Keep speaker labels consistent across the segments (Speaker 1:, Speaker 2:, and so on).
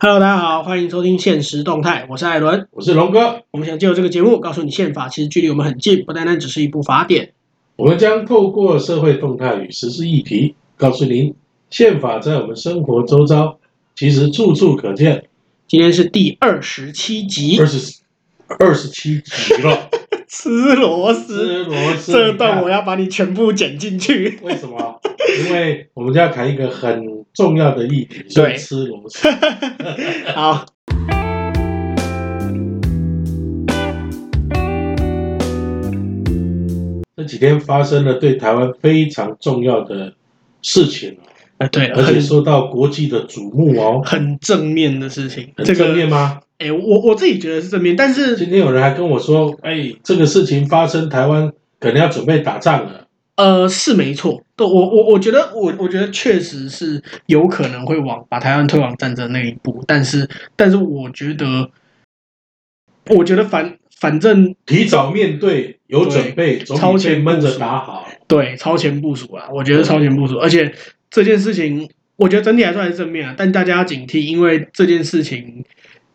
Speaker 1: Hello，大家好，欢迎收听《现实动态》，我是艾伦。
Speaker 2: 我是龙哥，
Speaker 1: 我们想借由这个节目，告诉你宪法其实距离我们很近，不单单只是一部法典。
Speaker 2: 我们将透过社会动态与时事议题，告诉您宪法在我们生活周遭其实处处可见。
Speaker 1: 今天是第二十七集
Speaker 2: 二，十二十七集 了，
Speaker 1: 吃螺丝。
Speaker 2: 吃螺丝，
Speaker 1: 这段
Speaker 2: 你
Speaker 1: 我要把你全部剪进 去。
Speaker 2: 看为什么？因为我们要谈一个很重要的议题，就是吃螺丝。
Speaker 1: 好，
Speaker 2: 这几天发生了对台湾非常重要的事情哦，
Speaker 1: 呃，对了，
Speaker 2: 而且
Speaker 1: 很
Speaker 2: 受到国际的瞩目哦，
Speaker 1: 很正面的事情。
Speaker 2: 很
Speaker 1: 这
Speaker 2: 正
Speaker 1: 个，
Speaker 2: 面吗？
Speaker 1: 哎，我我自己觉得是正面，但是
Speaker 2: 今天有人还跟我说，哎，这个事情发生，台湾可能要准备打仗了。
Speaker 1: 呃是没错。对，我我我觉得我我觉得确实是有可能会往把台湾推往战争那一步，但是但是我觉得，我觉得反反正
Speaker 2: 提早面对，有准备，总
Speaker 1: 超
Speaker 2: 比
Speaker 1: 前
Speaker 2: 被
Speaker 1: 部署
Speaker 2: 闷着打好。
Speaker 1: 对，超前部署啊，我觉得超前部署，而且这件事情，我觉得整体来说还是正面啊，但大家要警惕，因为这件事情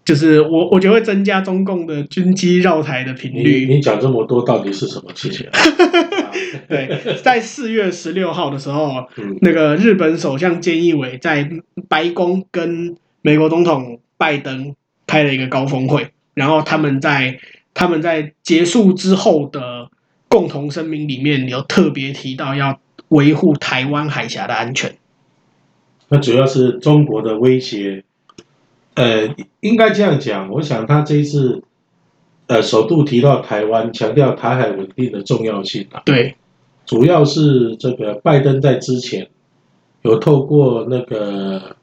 Speaker 1: 就是我我觉得会增加中共的军机绕台的频
Speaker 2: 你
Speaker 1: 率。
Speaker 2: 你讲这么多，到底是什么事情啊？啊
Speaker 1: 对，在四月十六号的时候，
Speaker 2: 嗯，
Speaker 1: 那个日本首相菅义伟在白宫跟美国总统拜登开了一个高峰会，然后他们在他们在结束之后的共同声明里面有特别提到要维护台湾海峡的安全。
Speaker 2: 那主要是中国的威胁。呃，应该这样讲，我想他这一次，呃，首度提到台湾，强调台海稳定的重要性啊。
Speaker 1: 对，
Speaker 2: 主要是这个拜登在之前有透过那个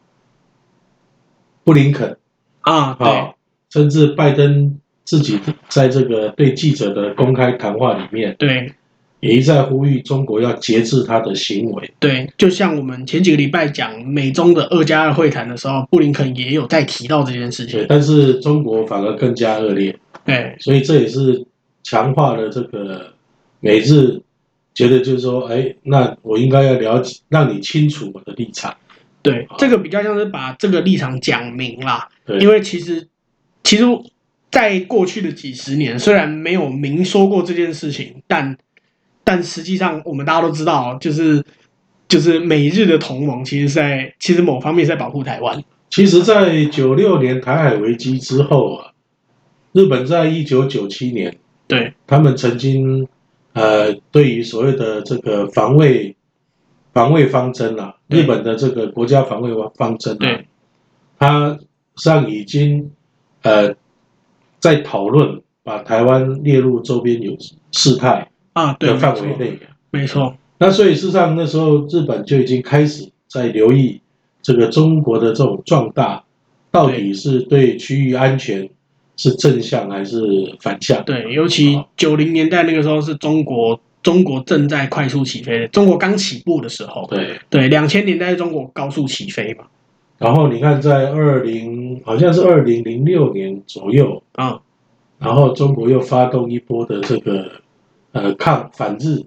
Speaker 2: 布林肯。
Speaker 1: 啊，对，
Speaker 2: 啊，甚至拜登自己在这个对记者的公开谈话里面，
Speaker 1: 对
Speaker 2: 也一再呼吁中国要节制他的行为。
Speaker 1: 对，就像我们前几个礼拜讲美中的二加二会谈的时候，布林肯也有在提到这件事
Speaker 2: 对，
Speaker 1: 情。哎
Speaker 2: 但是中国反而更加恶劣，
Speaker 1: 对
Speaker 2: 所以这也是强化了这个美日觉得就是说，哎，那我应该要了解，让你清楚我的立场。
Speaker 1: 对
Speaker 2: 好，
Speaker 1: 这个比较像是把这个立场讲明啦，
Speaker 2: 对，
Speaker 1: 因为其实其实，在过去的几十年，虽然没有明说过这件事情，但但实际上我们大家都知道，就是就是美日的同盟，其实是在其实某方面是在保护台湾。
Speaker 2: 其实，在九六年台海危机之后啊，日本在一九九七年。
Speaker 1: 对
Speaker 2: 他们曾经呃，对于所谓的这个防卫防卫方针啊，
Speaker 1: 对
Speaker 2: 日本的这个国家防卫方针啊
Speaker 1: 对，
Speaker 2: 它上已经呃在讨论把台湾列入周边有事态
Speaker 1: 啊，对，
Speaker 2: 的
Speaker 1: 没
Speaker 2: 范
Speaker 1: 错
Speaker 2: 围内啊。
Speaker 1: 没错，
Speaker 2: 那所以事实上那时候日本就已经开始在留意这个中国的这种壮大，到底是对区域安全是正向还是反向？
Speaker 1: 对，尤其九零年代那个时候是中国中国正在快速起飞的，中国刚起步的时候。
Speaker 2: 对。
Speaker 1: 对，两千年代是中国高速起飞嘛。
Speaker 2: 然后你看，在二零好像是二零零六年左右，
Speaker 1: 啊、
Speaker 2: 然后中国又发动一波的这个呃抗反日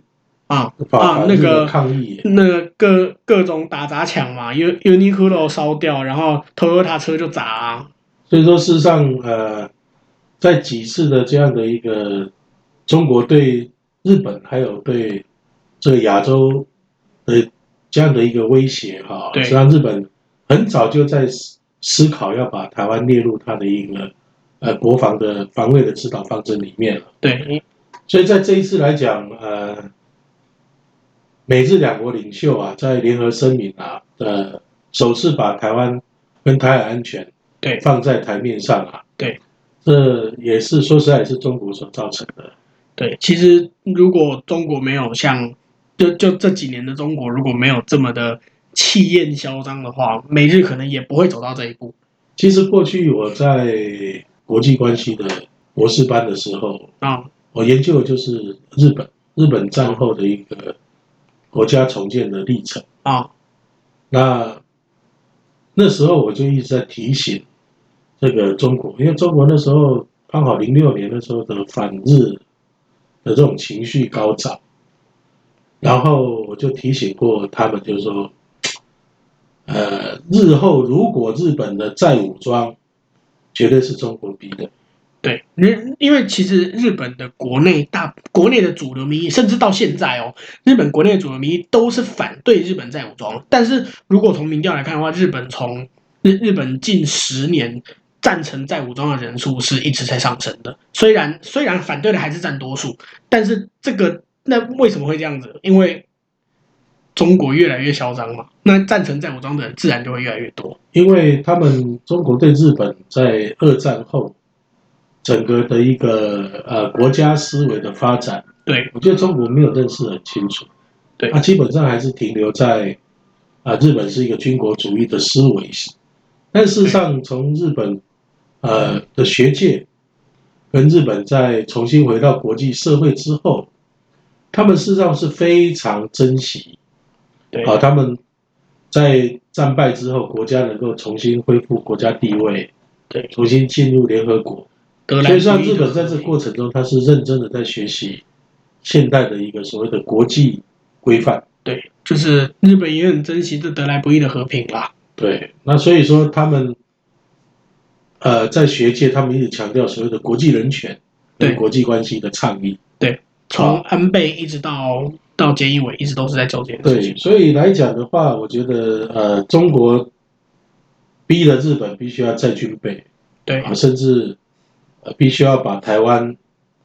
Speaker 1: 啊、
Speaker 2: 反
Speaker 1: 啊
Speaker 2: 反
Speaker 1: 那
Speaker 2: 日
Speaker 1: 个
Speaker 2: 的抗议，
Speaker 1: 那个各各种打砸抢嘛，U Uniqlo 烧掉，然后 Toyota 车就砸啊、
Speaker 2: 所以说事实上呃，在几次的这样的一个中国对日本还有对这个亚洲的这样的一个威胁哈，
Speaker 1: 对
Speaker 2: 实际上日本很早就在思思考要把台湾列入它的一个呃国防的防卫的指导方针里面了。
Speaker 1: 对，
Speaker 2: 所以在这一次来讲，呃，美日两国领袖啊，在联合声明啊，呃，首次把台湾跟台海安全
Speaker 1: 对
Speaker 2: 放在台面上啊，
Speaker 1: 对，
Speaker 2: 这也是说实在也是中国所造成的，
Speaker 1: 对，其实如果中国没有像，就就这几年的中国如果没有这么的气焰嚣张的话，美日可能也不会走到这一步
Speaker 2: 其实过去我在国际关系的博士班的时候，
Speaker 1: 啊、
Speaker 2: 我研究的就是日本，日本战后的一个国家重建的历程。
Speaker 1: 啊、
Speaker 2: 那那时候我就一直在提醒这个中国，因为中国那时候刚好零六年那时候的反日的这种情绪高涨，然后我就提醒过他们，就是说，呃，日后如果日本的再武装，绝对是中国逼的。
Speaker 1: 对，日因为其实日本的国内大国内的主流民意，甚至到现在哦，日本国内的主流民意都是反对日本再武装。但是如果从民调来看的话，日本从日日本近十年赞成再武装的人数是一直在上升的。虽然虽然反对的还是占多数，但是这个那为什么会这样子？因为中国越来越嚣张嘛，那赞成再武装的人自然就会越来越多。
Speaker 2: 因为他们中国对日本在二战后整个的一个呃国家思维的发展，
Speaker 1: 对
Speaker 2: 我觉得中国没有认识很清楚，
Speaker 1: 对
Speaker 2: 它基本上还是停留在啊、日本是一个军国主义的思维，但事实上从日本呃的学界跟日本在重新回到国际社会之后，他们事实上是非常珍惜
Speaker 1: 对
Speaker 2: 啊，他们在战败之后，国家能够重新恢复国家地位，
Speaker 1: 对
Speaker 2: 重新进入联合国。
Speaker 1: 德
Speaker 2: 所
Speaker 1: 兰
Speaker 2: 以
Speaker 1: 主
Speaker 2: 说，
Speaker 1: 义
Speaker 2: 日
Speaker 1: 的
Speaker 2: 本在这个过程中，它是认真的在学习现代的一个所谓的国际规范。
Speaker 1: 对，就是日本也很珍惜这得来不易的和平啦。
Speaker 2: 对，那所以说他们，呃，在学界他们一直强调所谓的国际人权
Speaker 1: 对
Speaker 2: 对国际关系的倡议。
Speaker 1: 从安倍一直到到菅义伟，一直都是在做这件事
Speaker 2: 对
Speaker 1: 情，。
Speaker 2: 所以来讲的话，我觉得呃，中国逼了日本必须要再军备。
Speaker 1: 对
Speaker 2: 啊，甚至呃必须要把台湾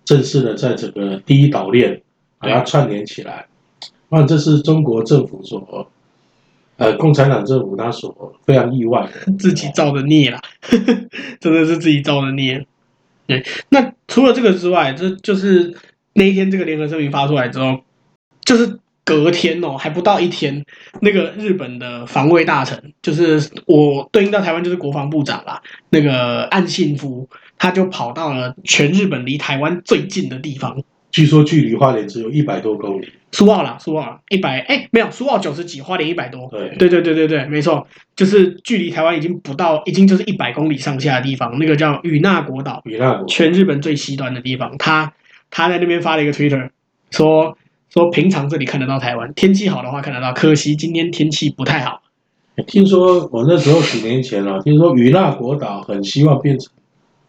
Speaker 2: 正式的在整个第一岛链把它串联起来。那这是中国政府所，呃，共产党政府他所非常意外的。
Speaker 1: 自己造的孽啦， 真的是自己造的孽。对，那除了这个之外，这就是那一天这个联合声明发出来之后，就是隔天哦，还不到一天，那个日本的防卫大臣，就是我对应到台湾就是国防部长啦，那个岸信夫，他就跑到了全日本离台湾最近的地方，
Speaker 2: 据说距离花莲只有一百多公里。
Speaker 1: 苏澳啦，苏澳啦，一百哎没有，苏澳九十几，花莲一百多。
Speaker 2: 对，
Speaker 1: 对对对对对，没错，就是距离台湾已经不到，已经就是一百公里上下的地方，那个叫与那国岛，
Speaker 2: 与那国
Speaker 1: 全日本最西端的地方。他他在那边发了一个 Twitter，说说平常这里看得到台湾，天气好的话看得到，可惜今天天气不太好。
Speaker 2: 听说我那时候几年前啊，听说与那国岛很希望变成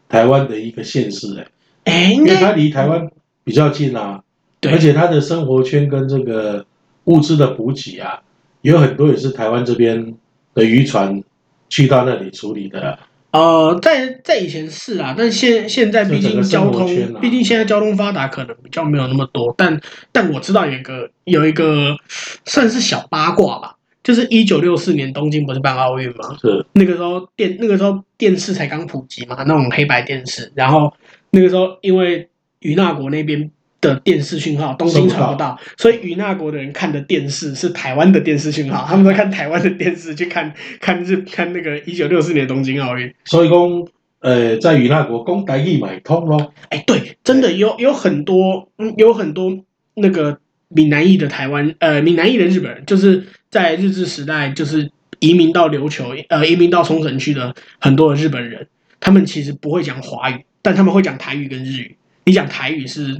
Speaker 2: 台湾的一个县市、哎，
Speaker 1: 哎，应
Speaker 2: 因为它
Speaker 1: 该
Speaker 2: 离台湾比较近啊。
Speaker 1: 对
Speaker 2: 而且它的生活圈跟这个物资的补给啊，有很多也是台湾这边的渔船去到那里处理的。啊
Speaker 1: 呃，在在以前是啊，但现现在毕竟
Speaker 2: 就整
Speaker 1: 交
Speaker 2: 个生活
Speaker 1: 通
Speaker 2: 圈，啊
Speaker 1: 毕竟现在交通发达，可能比较没有那么多。但但我知道有一个有一个算是小八卦吧，就是一九六四年东京不是办奥运吗？
Speaker 2: 是，
Speaker 1: 那个时候电那个时候电视才刚普及嘛，那种黑白电视。然后那个时候因为与那国那边的电视讯号东京传不到，所以与那国的人看的电视是台湾的电视讯号，他们在看台湾的电视去看看日看那个一九六四年东京奥运。
Speaker 2: 所以讲，呃，在与那国公台义买通咯，
Speaker 1: 哎，对，真的有有很多、嗯、有很多那个闽南裔的台湾呃闽南裔的日本人，就是在日治时代就是移民到琉球呃移民到冲绳去的很多的日本人，他们其实不会讲华语，但他们会讲台语跟日语。你讲台语是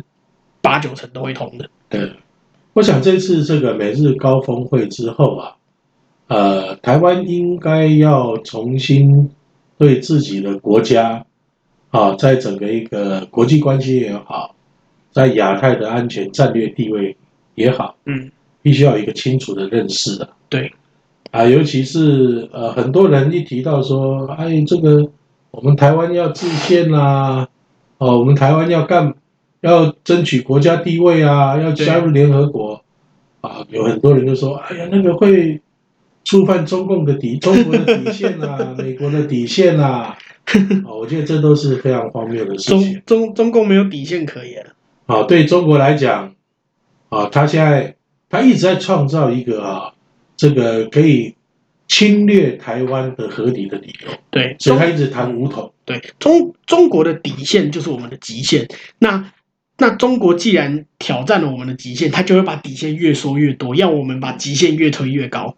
Speaker 1: 八九成都会通的，
Speaker 2: 对，嗯我想这次这个美日高峰会之后啊，呃，台湾应该要重新对自己的国家啊，在整个一个国际关系也好，在亚太的安全战略地位也好。
Speaker 1: 嗯，
Speaker 2: 必须要有一个清楚的认识的。
Speaker 1: 对，
Speaker 2: 啊，尤其是呃，很多人一提到说，哎，这个我们台湾要自宪啦、哦，我们台湾要干，要争取国家地位啊，要加入联合国啊，有很多人就说，哎呀，那个会触犯中共的 底、中国的底线啊，美国的底线啊，哦，我觉得这都是非常荒谬的事情
Speaker 1: 中。中中共没有底线可言了，
Speaker 2: 啊，对中国来讲，啊，他现在他一直在创造一个啊，这个可以侵略台湾的合理的理由，
Speaker 1: 对，
Speaker 2: 所
Speaker 1: 中
Speaker 2: 以他一直谈武统。
Speaker 1: 对中中国的底线就是我们的极限。那那中国既然挑战了我们的极限，它就会把底线越缩越多，要我们把极限越推越高。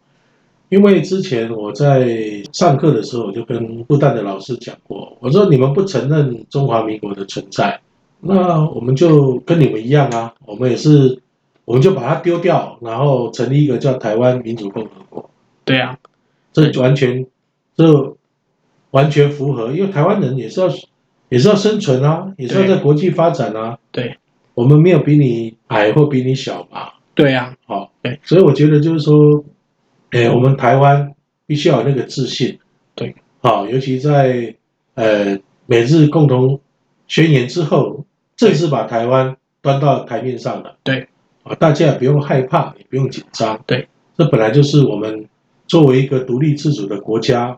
Speaker 2: 因为之前我在上课的时候，我就跟复旦的老师讲过，我说你们不承认中华民国的存在，那我们就跟你们一样啊，我们也是，我们就把它丢掉，然后成立一个叫台湾民主共和国。
Speaker 1: 对啊，
Speaker 2: 这完全这完全符合，因为台湾人也是要也是要生存啊，也是要在国际发展啊。
Speaker 1: 对，
Speaker 2: 我们没有比你矮或比你小嘛。
Speaker 1: 对啊，
Speaker 2: 好、哎
Speaker 1: 对，
Speaker 2: 所以我觉得就是说，哎，我们台湾必须要有那个自信，
Speaker 1: 对，
Speaker 2: 好、尤其在呃美日共同宣言之后，正式把台湾端到台面上了，
Speaker 1: 对，
Speaker 2: 啊，大家也不用害怕，也不用紧张，
Speaker 1: 对，
Speaker 2: 这本来就是我们作为一个独立自主的国家，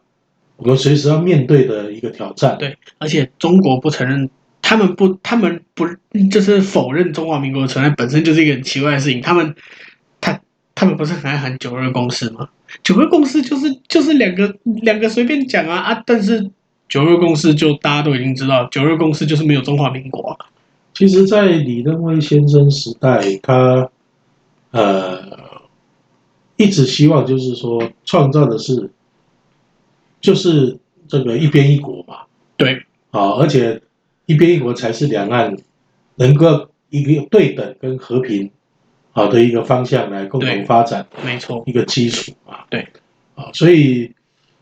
Speaker 2: 我们随时要面对的一个挑战，
Speaker 1: 对，而且中国不承认，他们不，他们不就是否认中华民国的存在，本身就是一个很奇怪的事情。他们，他他们不是很爱喊九二共识吗？九二共识就是就是两个两个随便讲啊啊，但是九二共识就大家都已经知道，九二共识就是没有中华民国、啊。
Speaker 2: 其实，在李登辉先生时代，他呃一直希望就是说创造的是，就是这个一边一国嘛，
Speaker 1: 对
Speaker 2: 啊，而且一边一国才是两岸能够一个对等跟和平好的一个方向来共
Speaker 1: 对
Speaker 2: 同发展的
Speaker 1: 没错，
Speaker 2: 一个基础嘛。
Speaker 1: 对，
Speaker 2: 啊，所以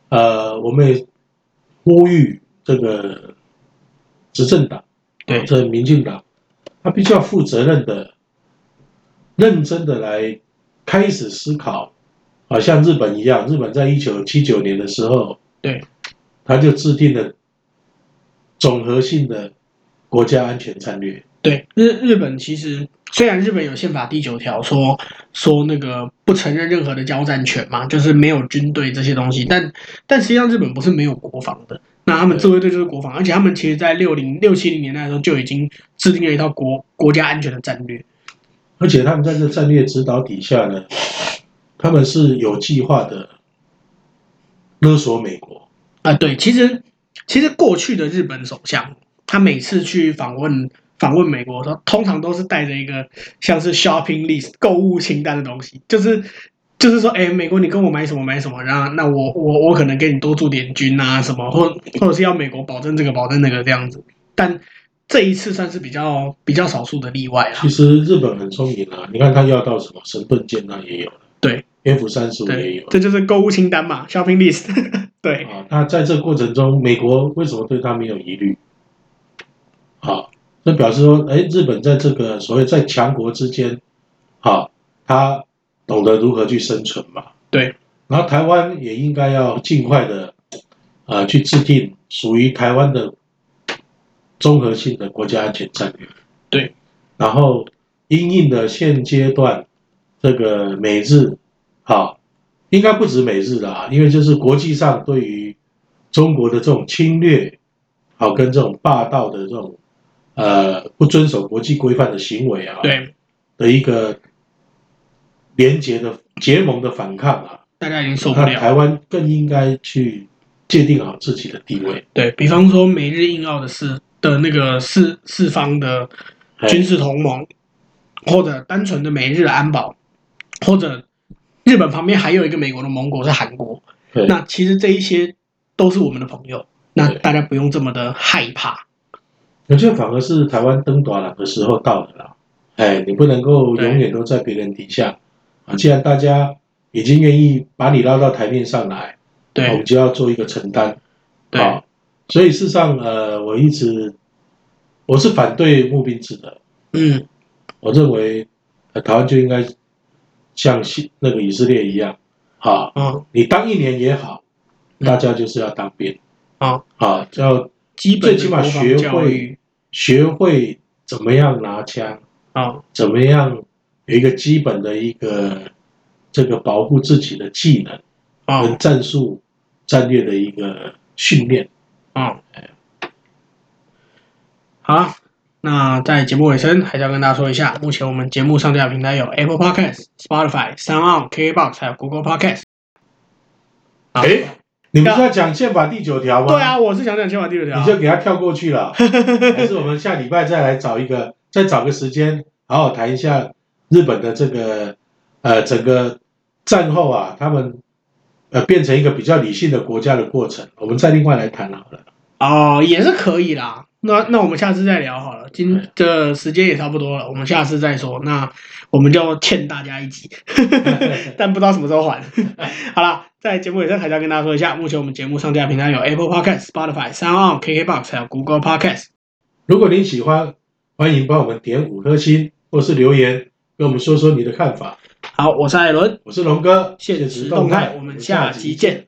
Speaker 2: 呃，我们也呼吁这个执政党。啊
Speaker 1: 对
Speaker 2: 这民进党，他必须要负责任的、认真的来开始思考，啊，像日本一样，日本在一九七九年的时候，
Speaker 1: 对，
Speaker 2: 他就制定了总和性的国家安全战略，
Speaker 1: 对，日日本其实虽然日本有宪法第九条说说那个不承认任何的交战权嘛，就是没有军队这些东西，但但实际上日本不是没有国防的，那他们自卫队就是国防，而且他们其实在六零六七零年代的时候就已经制定了一套国国家安全的战略。
Speaker 2: 而且他们在这战略指导底下呢，他们是有计划的勒索美国，
Speaker 1: 啊、对，其实其实过去的日本首相，他每次去访问访问美国的时候，通常都是带着一个像是 shopping list 购物清单的东西，就是就是说，哎，美国你跟我买什么买什么，然后那我我我可能给你多驻点军啊什么，或或者是要美国保证这个保证那个这样子。但这一次算是比较比较少数的例外啦
Speaker 2: 其。实日本很聪明啊，你看他要到什么神盾舰那也有了，
Speaker 1: 对
Speaker 2: ，F 三十五也
Speaker 1: 对
Speaker 2: 有，了。
Speaker 1: 这就是购物清单嘛，shopping list 对。
Speaker 2: 啊，那在这过程中，美国为什么对他没有疑虑？好，那表示说，哎，日本在这个所谓在强国之间，好，他懂得如何去生存嘛。
Speaker 1: 对。
Speaker 2: 然后台湾也应该要尽快的，呃，去制定属于台湾的综合性的国家安全战略。
Speaker 1: 对。
Speaker 2: 然后，因应的现阶段这个美日，好，应该不止美日啦，因为就是国际上对于中国的这种侵略，好跟这种霸道的这种呃不遵守国际规范的行为啊，
Speaker 1: 对，
Speaker 2: 的一个廉洁的结盟的反抗啊，
Speaker 1: 大家已经受不
Speaker 2: 那
Speaker 1: 了。
Speaker 2: 台湾更应该去界定好自己的地位，
Speaker 1: 对比方说美日印澳的四的那个四四方的军事同盟，或者单纯的美日安保，或者日本旁边还有一个美国的盟国是韩国
Speaker 2: 对。
Speaker 1: 那其实这一些都是我们的朋友，那
Speaker 2: 对
Speaker 1: 大家不用这么的害怕。
Speaker 2: 我觉得反而是台湾登短廊的时候到了啦。哎，你不能够
Speaker 1: 对
Speaker 2: 永远都在别人底下啊！既然大家已经愿意把你拉到台面上来，我
Speaker 1: 对
Speaker 2: 们就要做一个承担。
Speaker 1: 对
Speaker 2: 啊，所以事实上，呃，我一直我是反对募兵制的。
Speaker 1: 嗯，
Speaker 2: 我认为、呃台湾就应该像西那个以色列一样，啊，
Speaker 1: 啊
Speaker 2: 你当一年也好，
Speaker 1: 嗯
Speaker 2: 大家就是要当兵
Speaker 1: 啊，
Speaker 2: 啊，要
Speaker 1: 基本
Speaker 2: 最
Speaker 1: 的
Speaker 2: 起码
Speaker 1: 国
Speaker 2: 学
Speaker 1: 防教
Speaker 2: 会
Speaker 1: 育
Speaker 2: 学会怎么样拿枪，
Speaker 1: 啊，
Speaker 2: 怎么样有一个基本的一个这个保护自己的技能跟
Speaker 1: 啊
Speaker 2: 战术战略的一个训练。
Speaker 1: 啊。好，那在节目尾声，还是要跟大家说一下，目前我们节目上架平台有 Apple Podcast、Spotify、s o u n KKBox 还有 Google Podcast。好
Speaker 2: 哎，你们是要讲宪法第九条吗？
Speaker 1: 对啊，，我是想讲千万第六条。
Speaker 2: 你就给他跳过去 了。还是我们下礼拜再来找一个，再找个时间好好谈一下日本的这个呃整个战后啊，他们呃变成一个比较理性的国家的过程，我们再另外来谈好了。
Speaker 1: 哦，也是可以啦。那那我们下次再聊好了，今
Speaker 2: 对
Speaker 1: 这时间也差不多了，我们下次再说。 那我们就欠大家一集，但不知道什么时候还。好啦，在节目尾声还是要跟大家说一下，目前我们节目上架平台有 Apple Podcast、Spotify、Sound On、KKBox 还有 Google Podcast。
Speaker 2: 如果您喜欢，欢迎帮我们点五颗星，或是留言跟我们说说你的看法。
Speaker 1: 好，我是艾伦，
Speaker 2: 我是龙哥，
Speaker 1: 现实动态，我们下期见。